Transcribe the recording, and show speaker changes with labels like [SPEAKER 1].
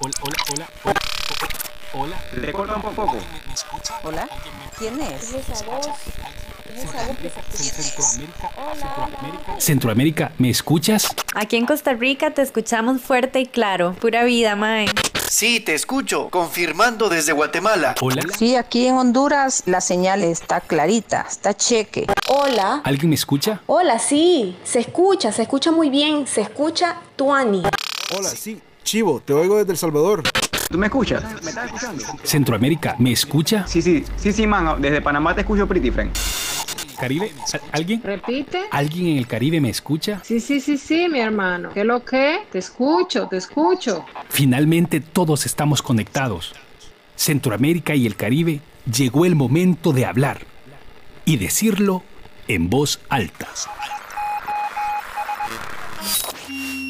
[SPEAKER 1] Hola, hola, hola, hola, hola.
[SPEAKER 2] Le corta un poco.
[SPEAKER 1] ¿Alguien me, me escucha?
[SPEAKER 3] Hola.
[SPEAKER 1] ¿Alguien me
[SPEAKER 3] ¿Quién es?
[SPEAKER 4] Es esa voz. Es esa voz que
[SPEAKER 1] Centroamérica, Centroamérica, Centroamérica.
[SPEAKER 4] Hola.
[SPEAKER 1] Centroamérica, ¿me escuchas?
[SPEAKER 5] Aquí en Costa Rica te escuchamos fuerte y claro. Pura vida, mae.
[SPEAKER 6] Sí, te escucho. Confirmando desde Guatemala.
[SPEAKER 1] Hola.
[SPEAKER 3] Sí, aquí en Honduras la señal está clarita, está cheque.
[SPEAKER 4] Hola.
[SPEAKER 1] ¿Alguien me escucha?
[SPEAKER 4] Hola, sí. Se escucha, se escucha muy bien. Se escucha Tuani.
[SPEAKER 7] Hola, sí. Chivo, te oigo desde El Salvador.
[SPEAKER 2] ¿Tú me escuchas? ¿Me estás escuchando?
[SPEAKER 1] Centroamérica, ¿me escucha?
[SPEAKER 2] Sí, sí, sí, sí, man. Desde Panamá te escucho pretty, friend.
[SPEAKER 1] ¿Caribe? ¿Al- ¿Alguien?
[SPEAKER 8] Repite.
[SPEAKER 1] ¿Alguien en el Caribe me escucha?
[SPEAKER 8] Sí, sí, sí, sí, mi hermano. ¿Qué lo que? Te escucho, te escucho.
[SPEAKER 1] Finalmente todos estamos conectados. Centroamérica y el Caribe llegó el momento de hablar y decirlo en voz alta.